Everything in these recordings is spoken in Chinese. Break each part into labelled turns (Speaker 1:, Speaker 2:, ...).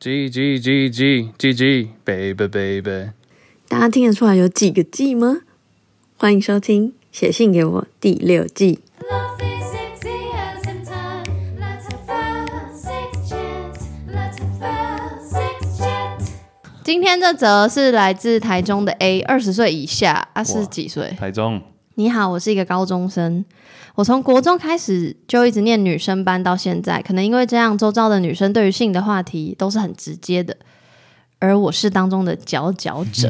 Speaker 1: G G G G G G baby baby，
Speaker 2: 大家听得出来有几个季吗？欢迎收听《写信给我》第六季。
Speaker 3: Love is sexy as in time. Let's have fun, six chance. Let's have fun, six chance.
Speaker 4: 今天这则是来自台中的 A，二十岁以下，啊是几岁？
Speaker 1: 台中
Speaker 4: 你好，我是一个高中生，我从国中开始就一直念女生班到现在，可能因为这样，周遭的女生对于性的话题都是很直接的，而我是当中的佼佼者。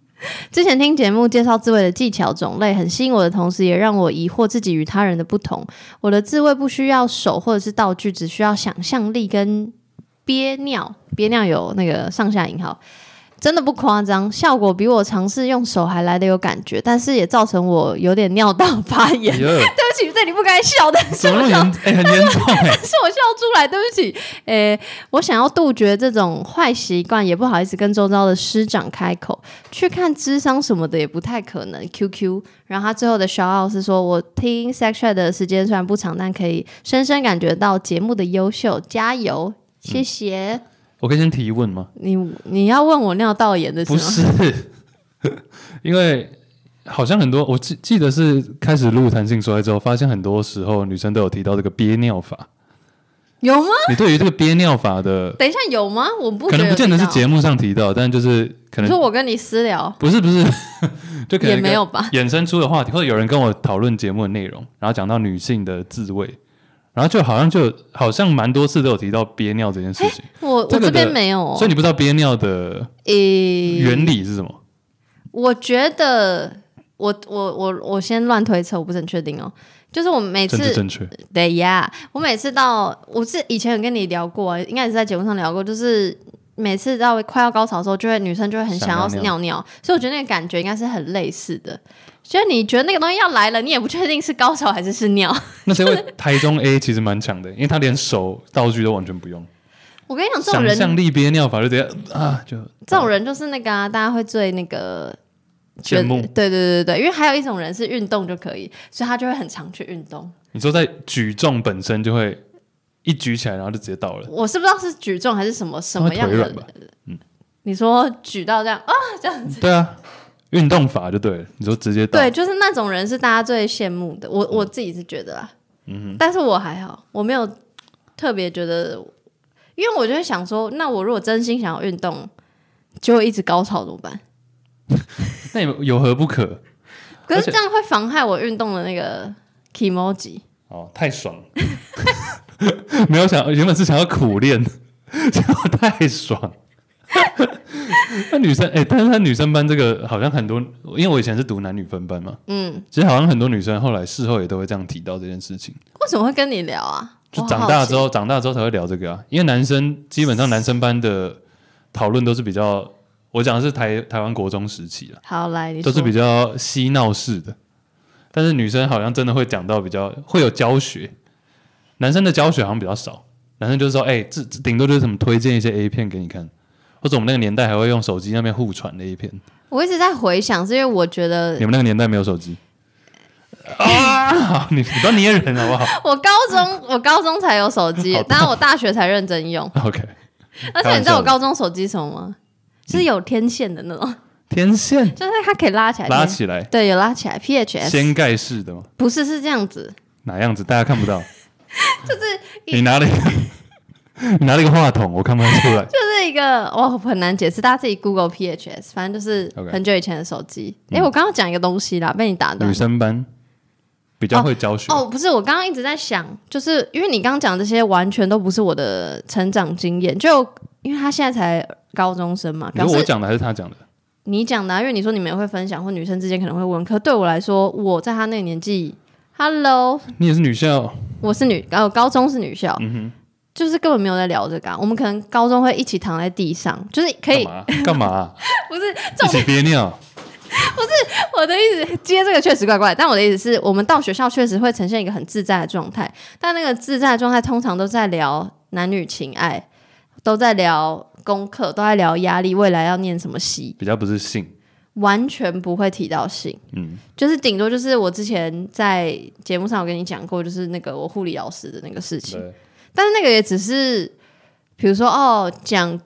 Speaker 4: 之前听节目介绍自慰的技巧种类，很吸引我的同时，也让我疑惑自己与他人的不同。我的自慰不需要手或者是道具，只需要想象力跟憋尿，憋尿有那个上下引号，真的不夸张，效果比我尝试用手还来的有感觉，但是也造成我有点尿道发炎。
Speaker 1: 哎
Speaker 4: 对
Speaker 1: 呦，
Speaker 4: 不起，这里不该笑， 但是
Speaker 1: 怎么
Speaker 4: 我
Speaker 1: 那么
Speaker 4: 笑
Speaker 1: 严？哎、很严重哎、
Speaker 4: 是我笑出来，对不起。诶、我想要杜绝这种坏习惯，也不好意思跟周遭的师长开口，去看智商什么的也不太可能。QQ，然后他最后的 shout out 是说，我听 sex chat 的时间虽然不长，但可以深深感觉到节目的优秀，加油，
Speaker 1: 嗯
Speaker 4: 谢谢。
Speaker 1: 我可以先提问 吗？
Speaker 4: 你你要问我尿道炎的事
Speaker 1: 不
Speaker 4: 吗？
Speaker 1: 是， 因为好像很多我记记得是开始录弹性说爱之后，发现很多时候女生都有提到这个憋 尿法。
Speaker 4: 有吗？
Speaker 1: 你对于这个憋尿法的，
Speaker 4: 等一下有吗？我不
Speaker 1: 可
Speaker 4: 觉
Speaker 1: 能不
Speaker 4: 得
Speaker 1: 见得
Speaker 4: 有
Speaker 1: 是
Speaker 4: 提到
Speaker 1: 节目上提到，但就是可
Speaker 4: 你
Speaker 1: 能
Speaker 4: 说我跟你私聊
Speaker 1: 不是不是， 就可能
Speaker 4: 也没有吧？
Speaker 1: 衍生出的话题，或者有人跟我讨论节目的内容，然后讲到女性的自慰，然后就好像就好像蛮多次都有提到憋尿这件事情，
Speaker 4: 我哎我
Speaker 1: 这个
Speaker 4: 这
Speaker 1: 的
Speaker 4: 边没有、哦，
Speaker 1: 所以你不知道憋尿的
Speaker 4: 诶
Speaker 1: 原理是什么？
Speaker 4: 我觉得我我我我先乱推测，我不是很确定哦。就是我每
Speaker 1: 政治
Speaker 4: 次
Speaker 1: 正确，
Speaker 4: 对呀，我每次到我是以前有跟你聊过啊，应该也是在节目上聊过，就是每次到快要高潮的时候，就会女生就会很
Speaker 1: 想
Speaker 4: 想要
Speaker 1: 要尿
Speaker 4: 尿尿，所以我觉得那个感觉应该是很类似的。就是你觉得那个东西要来了，你也不确定是高潮还是是尿。
Speaker 1: 那是因为台中 A 其实蛮强的，因为他连手道具都完全不用，
Speaker 4: 我跟你哦讲，这种
Speaker 1: 想
Speaker 4: 人
Speaker 1: 象力憋尿法就直接啊就
Speaker 4: 这种人就是那个、啊、大家会最那个
Speaker 1: 啊羡慕。
Speaker 4: 对对对对，因为还有一种人是运动就可以，所以他就会很常去运动。
Speaker 1: 你说在举重本身就会一举起来，然后就直接到了，
Speaker 4: 我是不知道是举重还是什么什
Speaker 1: 他会
Speaker 4: 么样
Speaker 1: 腿
Speaker 4: 的
Speaker 1: 软。吧？嗯
Speaker 4: 你说举到这样啊？
Speaker 1: 对啊，运动法就对了，啊你说直接到
Speaker 4: 对，就是那种人是大家最羡慕的。我我自己是觉得啦，嗯，但是我还好，我没有特别觉得，因为我就会想说，那我如果真心想要运动，就一直高潮怎么办？
Speaker 1: 那有有何不可？
Speaker 4: 可
Speaker 1: 而
Speaker 4: 是
Speaker 1: 且
Speaker 4: 这样会妨害我运动的那个 emoji。
Speaker 1: 哦，太爽！没有想，原本是想要苦练， 结果太爽。 那女生，哎、但是她女生班这个好像很多，因为我以前是读男女分班嘛，
Speaker 4: 嗯，
Speaker 1: 其实好像很多女生后来事后也都会这样提到这件事情，
Speaker 4: 为什么会跟你聊啊？
Speaker 1: 就
Speaker 4: 我
Speaker 1: 长
Speaker 4: 好
Speaker 1: 大
Speaker 4: 奇
Speaker 1: 之后，长大之后才会聊这个啊，因为男生基本上男生班的讨论都是比较，我讲的是台台湾国中时期啊，
Speaker 4: 好来，你
Speaker 1: 都是
Speaker 4: 说
Speaker 1: 比较嬉闹式的，但是女生好像真的会讲到比较会有教学，男生的教学好像比较少，男生就是说，哎、这这顶多就是什么推荐一些 A 片给你看，或者我们那个年代还会用手机那边互传 A 片，
Speaker 4: 我一直在回想，是因为我觉得
Speaker 1: 你们那个年代没有 手机。啊！好你你不要捏人好不好
Speaker 4: 我高 中我高中才有手机
Speaker 1: 好，
Speaker 4: 当然我大学才认真用。
Speaker 1: ？OK，
Speaker 4: 而且
Speaker 1: 开玩
Speaker 4: 你知道
Speaker 1: 笑
Speaker 4: 我
Speaker 1: 的
Speaker 4: 高中手机什么吗？就是有天线的那种，
Speaker 1: 天线
Speaker 4: 就是它可以拉起来。
Speaker 1: 嗯拉起来，
Speaker 4: 对，有拉起来。PHS
Speaker 1: 掀盖式的吗？
Speaker 4: 不是是这样子，
Speaker 1: 哪样子？大家 看不到，就是你拿了一个 你拿了一个话筒，我看不太 出来。
Speaker 4: 就是一个哇很难解释，大家自己 Google PHS，反正就是
Speaker 1: OK 嗯
Speaker 4: 很久以前的手机。哎、我刚刚讲一个东西啦，被你打断
Speaker 1: 女。生班比较会教学，
Speaker 4: 哦，不是，我刚刚一直在想，就是因为你刚刚讲这些完全都不是我的成长经验，就因为他现在才高中生嘛，
Speaker 1: 你
Speaker 4: 表
Speaker 1: 说我
Speaker 4: 示
Speaker 1: 讲的还是他讲的？
Speaker 4: 你讲的、啊，因为你说你们也会分享，或女生之间可能会问。可对我来说，我在他那个年纪，Hello，
Speaker 1: 你也是女校，
Speaker 4: 我是女，呃，高中是女校，
Speaker 1: 嗯
Speaker 4: 就是根本没有在聊这个啊、我们可能高中会一起躺在地上，就是可
Speaker 1: 干
Speaker 4: 以，
Speaker 1: 嘛干嘛、
Speaker 4: 不是
Speaker 1: 一起憋尿？
Speaker 4: 我的意思，接这个确实怪怪。但我的意思是我们到学校确实会呈现一个很自在的状态，但那个自在的状态通常都在聊男女情爱，都在聊功课，都在聊压力，未来要念什么系，
Speaker 1: 比较不是性，
Speaker 4: 完全不会提到性。
Speaker 1: 嗯，
Speaker 4: 就是顶多就是我之前在节目上有跟你讲过，就是那个我护理老师的那个事情，
Speaker 1: 对，
Speaker 4: 但是那个也只是比如说哦，讲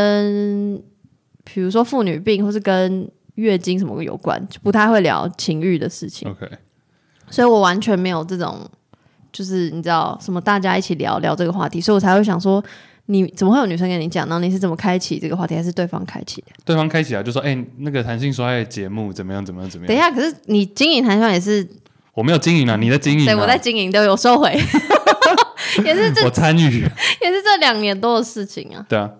Speaker 4: 跟比如说妇女病或是跟月经什么有关，就不太会聊情欲的事情，
Speaker 1: OK，
Speaker 4: 所以我完全没有这种，就是你知道什么大家一起聊聊这个话题，所以我才会想说，你怎么会有女生跟你讲呢？然后你是怎么开启这个话题，还是对方开启的？
Speaker 1: 对方开起来就说：“哎、那个弹性说爱节目怎么样？怎么样？怎么样？”
Speaker 4: 等一，下，可是你经营谈笑也是
Speaker 1: 我没有经营啊，你在经营、啊，
Speaker 4: 对我在经营，都有收回， 也是这
Speaker 1: 我参与，
Speaker 4: 也是这两年多的事情啊，
Speaker 1: 对啊，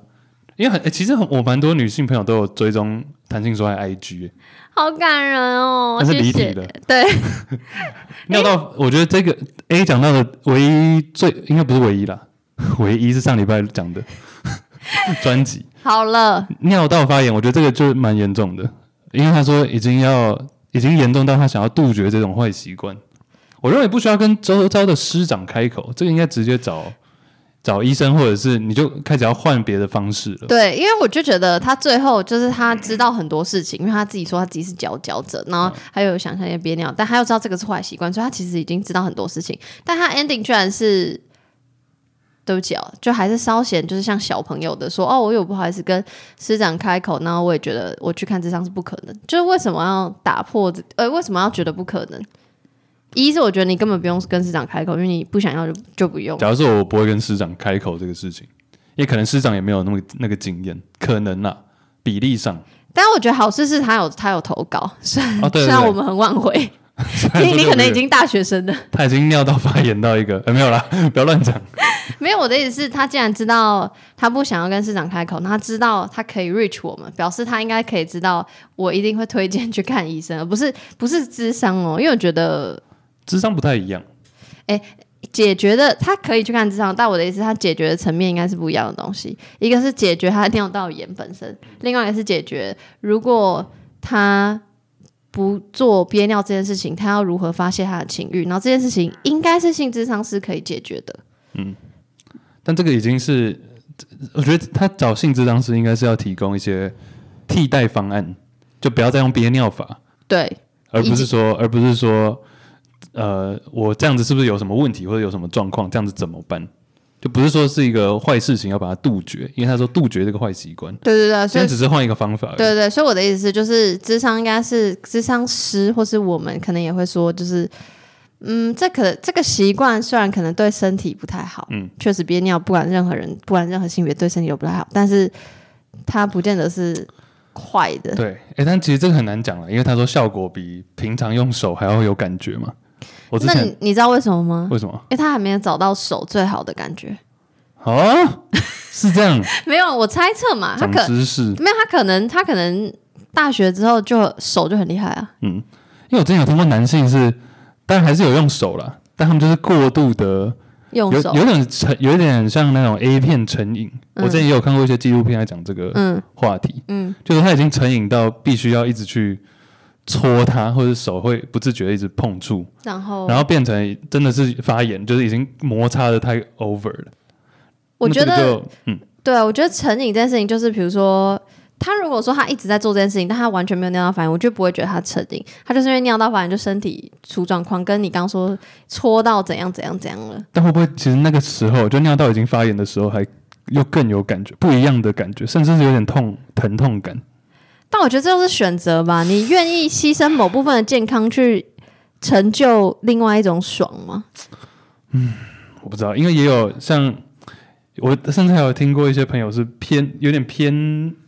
Speaker 1: 因为很、欸其实很我蛮多女性朋友都有追踪弹性说爱 IG，、欸、
Speaker 4: 好感人哦，
Speaker 1: 但是
Speaker 4: 谢
Speaker 1: 离体
Speaker 4: 谢。
Speaker 1: 的，
Speaker 4: 对，
Speaker 1: 尿到，我觉得这个 A 讲到的唯一最应该不是唯一啦， 唯一是上礼拜讲的 专辑
Speaker 4: 好了，
Speaker 1: 尿道发炎，我觉得这个就蛮严重的，因为他说已经要已经严重到他想要杜绝这种坏习惯。我认为不需要跟周遭的师长开口，这个应该直接找找医生，或者是你就开始要换别的方式了。
Speaker 4: 对，因为我就觉得他最后就是他知道很多事情，因为他自己说他自己是佼佼者，然
Speaker 1: 嗯
Speaker 4: 后还有想象力憋尿，但他又知道这个是坏习惯，所以他其实已经知道很多事情，但他 ending 居然是。对不起哦，就还是稍显就是像小朋友的说哦，我有不好意思跟师长开口，然后我也觉得我去看智商是不可能，就是为什么要打破这？呃，为什么要觉得不可能？一是我觉得你根本不用跟师长开口，因为你不想要就就不用。
Speaker 1: 假如说我不会跟师长开口这个事情，也可能师长也没有那么那个经验，可能啦，比例上
Speaker 4: 但我觉得好事是他有他有投稿，虽然、
Speaker 1: 哦对对对
Speaker 4: 虽然 我们很挽回， 你你可能已经大学生了，
Speaker 1: 他已经尿到发炎到一个， 呃，没有啦，不要乱讲。
Speaker 4: 没有我的意思是，他既然知道他不想要跟市长开口，那他知道他可以 reach 我们，表示他应该可以知道我一定会推荐去看医生， 而不是不是智商哦，因为我觉得
Speaker 1: 智商不太一样，
Speaker 4: 解决的他可以去看智商，但我的意思，他解决的层面应该是不一样的东西，一个是解决他尿道炎本身，另外一个是解决如果他。不做憋尿这件事情，他要如何发泄他的情欲？然后这件事情应该是性智商是可以解决的。
Speaker 1: 但这个已经是，我觉得他找性智当时应该是要提供一些替代方案，就不要再用憋尿法，
Speaker 4: 对，
Speaker 1: 而不是说，而不是说，呃，我这样子是不是有什么问题或者有什么状况？这样子怎么办？就不是说是一个坏事情要把它杜绝，因为他说杜绝这个坏习惯，
Speaker 4: 对对对，
Speaker 1: 现
Speaker 4: 所以
Speaker 1: 在只是换一个方法而已。
Speaker 4: 对对，所以我的意思是就是，智商应该是智商师，或是我们可能也会说，就是，嗯，这可这个习惯虽然可能对身体不太好，
Speaker 1: 嗯，
Speaker 4: 确实憋尿，不管任何人，不管任何性别，对身体都不太好，但是它不见得是坏的，
Speaker 1: 对，哎、但其实这个很难讲了，因为他说效果比平常用手还要有感觉嘛。我之
Speaker 4: 那
Speaker 1: 前
Speaker 4: 你你知道为什么吗？
Speaker 1: 为什么？
Speaker 4: 因为他还没有找到手最好的感觉，
Speaker 1: 哦，是这样，
Speaker 4: 没有，我猜测嘛，他
Speaker 1: 长
Speaker 4: 啊可
Speaker 1: 知识。
Speaker 4: 没有，他可能他可能大学之后就手就很厉害啊，
Speaker 1: 嗯因为我之前有听过男性是，但还是有用手啦，但他们就是过度的，
Speaker 4: 用
Speaker 1: 有
Speaker 4: 手，
Speaker 1: 有点成，有点像那种 A 片成瘾。
Speaker 4: 嗯
Speaker 1: 我之前也有看过一些纪录片来讲这个
Speaker 4: 嗯
Speaker 1: 话题，
Speaker 4: 嗯，
Speaker 1: 就是他已经成瘾到必须要一直去搓它，或者手会不自觉地一直碰触，
Speaker 4: 然后
Speaker 1: 然后变成真的是发炎，就是已经摩擦的太 over 了。
Speaker 4: 我
Speaker 1: 那
Speaker 4: 觉
Speaker 1: 这个
Speaker 4: 得
Speaker 1: 就嗯，
Speaker 4: 对，啊我觉得成瘾这件事情，就是比如说，他如果说他一直在做这件事情，但他完全没有尿道反应，我就不会觉得他成瘾。他就是因为尿道反应就身体出状况，跟你刚说戳到怎样怎样怎样了。
Speaker 1: 但会不会其实那个时候就尿道已经发炎的时候，还又更有感觉，不一样的感觉，甚至是有点痛疼痛感？
Speaker 4: 但我觉得这就是选择吧，你愿意牺牲某部分的健康去成就另外一种爽吗？
Speaker 1: 我不知道，因为也有像我甚至还有听过一些朋友是偏有点偏，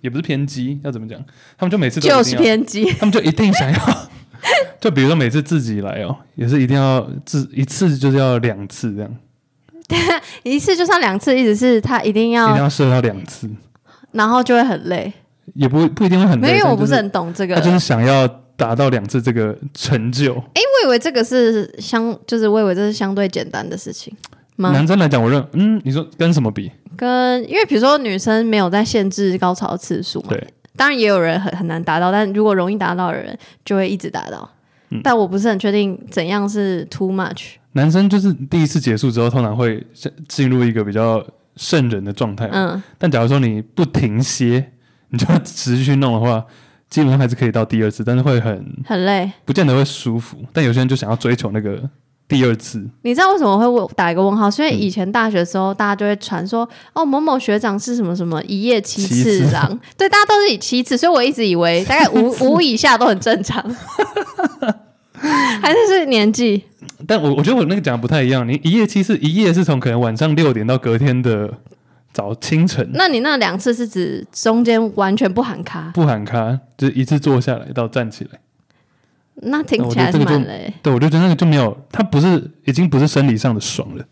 Speaker 1: 也不是偏激，要怎么讲？他们就每次都一定
Speaker 4: 就
Speaker 1: 要
Speaker 4: 是，偏激，
Speaker 1: 他们就一定想要， 就比如说每次自己来哦，也是一定要自一次就是要两次这样，
Speaker 4: 一次就算两次，一直是他一定
Speaker 1: 一
Speaker 4: 要，
Speaker 1: 定要射到两次，
Speaker 4: 然后就会很累。
Speaker 1: 也不不一定会很
Speaker 4: 没有，
Speaker 1: 累，
Speaker 4: 因为我
Speaker 1: 但
Speaker 4: 不
Speaker 1: 嗯就是
Speaker 4: 很懂这个。
Speaker 1: 他就是想要达到两次这个成就。
Speaker 4: 诶，我以为这个是相，就是我以为这是相对简单的事情吗？
Speaker 1: 男生来讲，我认嗯，你说跟什么比？
Speaker 4: 跟因为比如说女生没有在限制高潮次数嘛，
Speaker 1: 对，
Speaker 4: 当然也有人很很难达到，但如果容易达到的人就会一直达到。但我不是很确定怎样是 too much，
Speaker 1: 男生就是第一次结束之后，通常会进入一个比较圣人的状态嘛，
Speaker 4: 嗯，
Speaker 1: 但假如说你不停歇，你就持续去弄的话，基本上还是可以到第二次，但是会很
Speaker 4: 很累。
Speaker 1: 不见得会舒服。但有些人就想要追求那个第二次，
Speaker 4: 你知道为什么会问打一个问号？是因为以前大学的时候，大家就会传说哦，某某学长是什么什么一夜七次郎，对，大家都是以七次，所以我一直以为大概五五以下都很正常，还是是年纪？
Speaker 1: 但我我觉得我那个讲的不太一样。你一夜七次，一夜是从可能晚上六点到隔天的早清晨，
Speaker 4: 那你那两次是指中间完全不喊卡？
Speaker 1: 不喊咖，就是一次坐下来到站起来。
Speaker 4: 那听起来是蛮累。
Speaker 1: 对，我就觉得那个就没有，他不是已经不是生理上的爽了，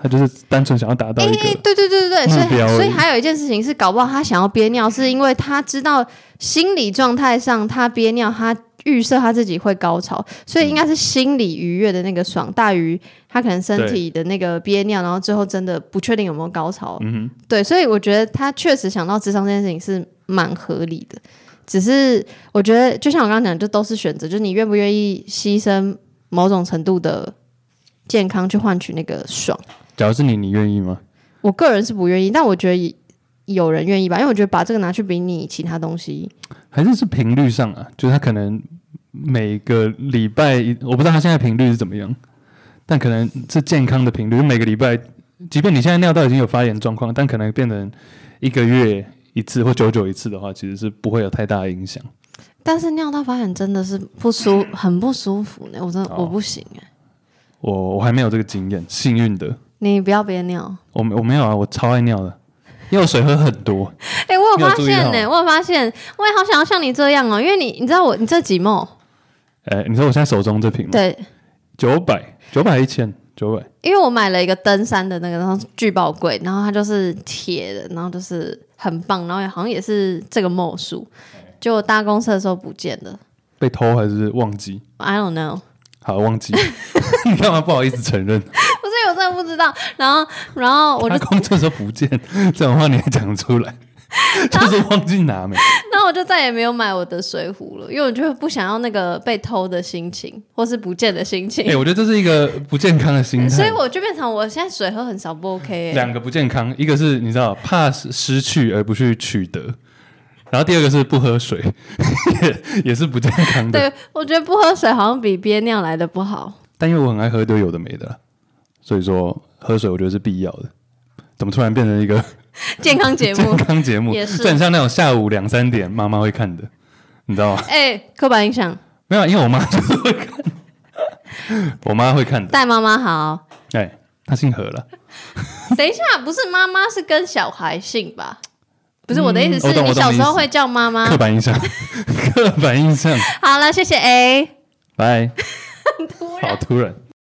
Speaker 1: 他就是单纯想要达到
Speaker 4: 哎、
Speaker 1: 一个。
Speaker 4: 对对对对对，所
Speaker 1: 目标而
Speaker 4: 以
Speaker 1: 已
Speaker 4: 所以还有一件事情是，搞不好他想要憋尿，是因为他知道心理状态上他憋尿，他预设他自己会高潮，所
Speaker 1: 嗯
Speaker 4: 以应该是心理愉悦的那个爽大于他可能身体的那个憋尿，然后最后真的不确定有没有高潮。
Speaker 1: 嗯
Speaker 4: 对，所以我觉得他确实想到智商这件事情是蛮合理的，只是我觉得就像我刚刚讲，就都是选择，就是你愿不愿意牺牲某种程度的健康去换取那个爽。
Speaker 1: 哼，假如是你，你愿意吗？
Speaker 4: 我个人是不愿意，但我觉得也有人愿意吧，因为我觉得把这个拿去比拟其他东西，
Speaker 1: 还是是频率上啊？就是他可能每个礼拜一，我不知道他现在频率是怎么样，但可能是健康的频率，就每个礼拜，即便你现在尿道已经有发炎状况，但可能变成一个月一次或久久一次的话，其实是不会有太大的影响。
Speaker 4: 但是尿道发炎真的是不舒， 很不舒服呢，我真的、
Speaker 1: 哦
Speaker 4: 我不行哎、
Speaker 1: 我我还没有这个经验，幸运的，
Speaker 4: 你不要憋尿，
Speaker 1: 我没我没有啊，我超爱尿的，因为我水喝很多。
Speaker 4: 哎、我有发
Speaker 1: 你
Speaker 4: 现
Speaker 1: 有注意
Speaker 4: 呢、
Speaker 1: 到
Speaker 4: 我有发现，我也好想要像你这样哦、因为你你知道我你这几梦
Speaker 1: 呃，你说我现在手中这瓶吗？
Speaker 4: 对，
Speaker 1: 九百，九百一千，九百，
Speaker 4: 因为我买了一个登山的那个，然后聚宝柜，然后它就是铁的，然后就是很棒，然后也好像也是这个梦数，
Speaker 1: 嗯
Speaker 4: 就我搭公车的时候不见了
Speaker 1: 被偷还是忘记？
Speaker 4: ，I don't know。
Speaker 1: 好，忘 记。你干嘛不好意思承认？
Speaker 4: 不是，我真的不知道。然后，然后我就
Speaker 1: 他，工作时候不 见，这种话你还讲出来，就是忘记拿 没？
Speaker 4: 然后我就再也没有买我的水壶了，因为我就不想要那个被偷的心情，或是不见的心情
Speaker 1: 哎、。我觉得这是一个不健康的 心
Speaker 4: 所
Speaker 1: 态
Speaker 4: 以。我就变成我现在水喝很少，不 OK 欸、
Speaker 1: 两个不健康，一个是你知道怕失失去而不去取得，然后第二个是不喝水， 也也是不健康的。
Speaker 4: 对，我觉得不喝水好像比憋尿来的不好。
Speaker 1: 但因为我很爱喝，都有的没的啦，所以说喝水我觉得是必要的。怎么突然变成一个
Speaker 4: 健康节目
Speaker 1: 健，康节目？
Speaker 4: 也是
Speaker 1: 就很像那种下午两三点妈妈会看的，你知道吗？
Speaker 4: 哎、刻板印象，
Speaker 1: 没有，因为我妈就是会看，我妈会看的。
Speaker 4: 带妈妈好。
Speaker 1: 哎，她姓何了，
Speaker 4: 等一下，不是妈妈是跟小孩姓吧？不是我的意思
Speaker 1: 嗯我
Speaker 4: 是，
Speaker 1: 懂
Speaker 4: 你
Speaker 1: 我懂
Speaker 4: 小时候
Speaker 1: 你意思
Speaker 4: 会叫妈妈
Speaker 1: 刻。板 印象，刻板印象，
Speaker 4: 好了，谢谢 A。
Speaker 1: 拜，
Speaker 4: 突然
Speaker 1: 好突然。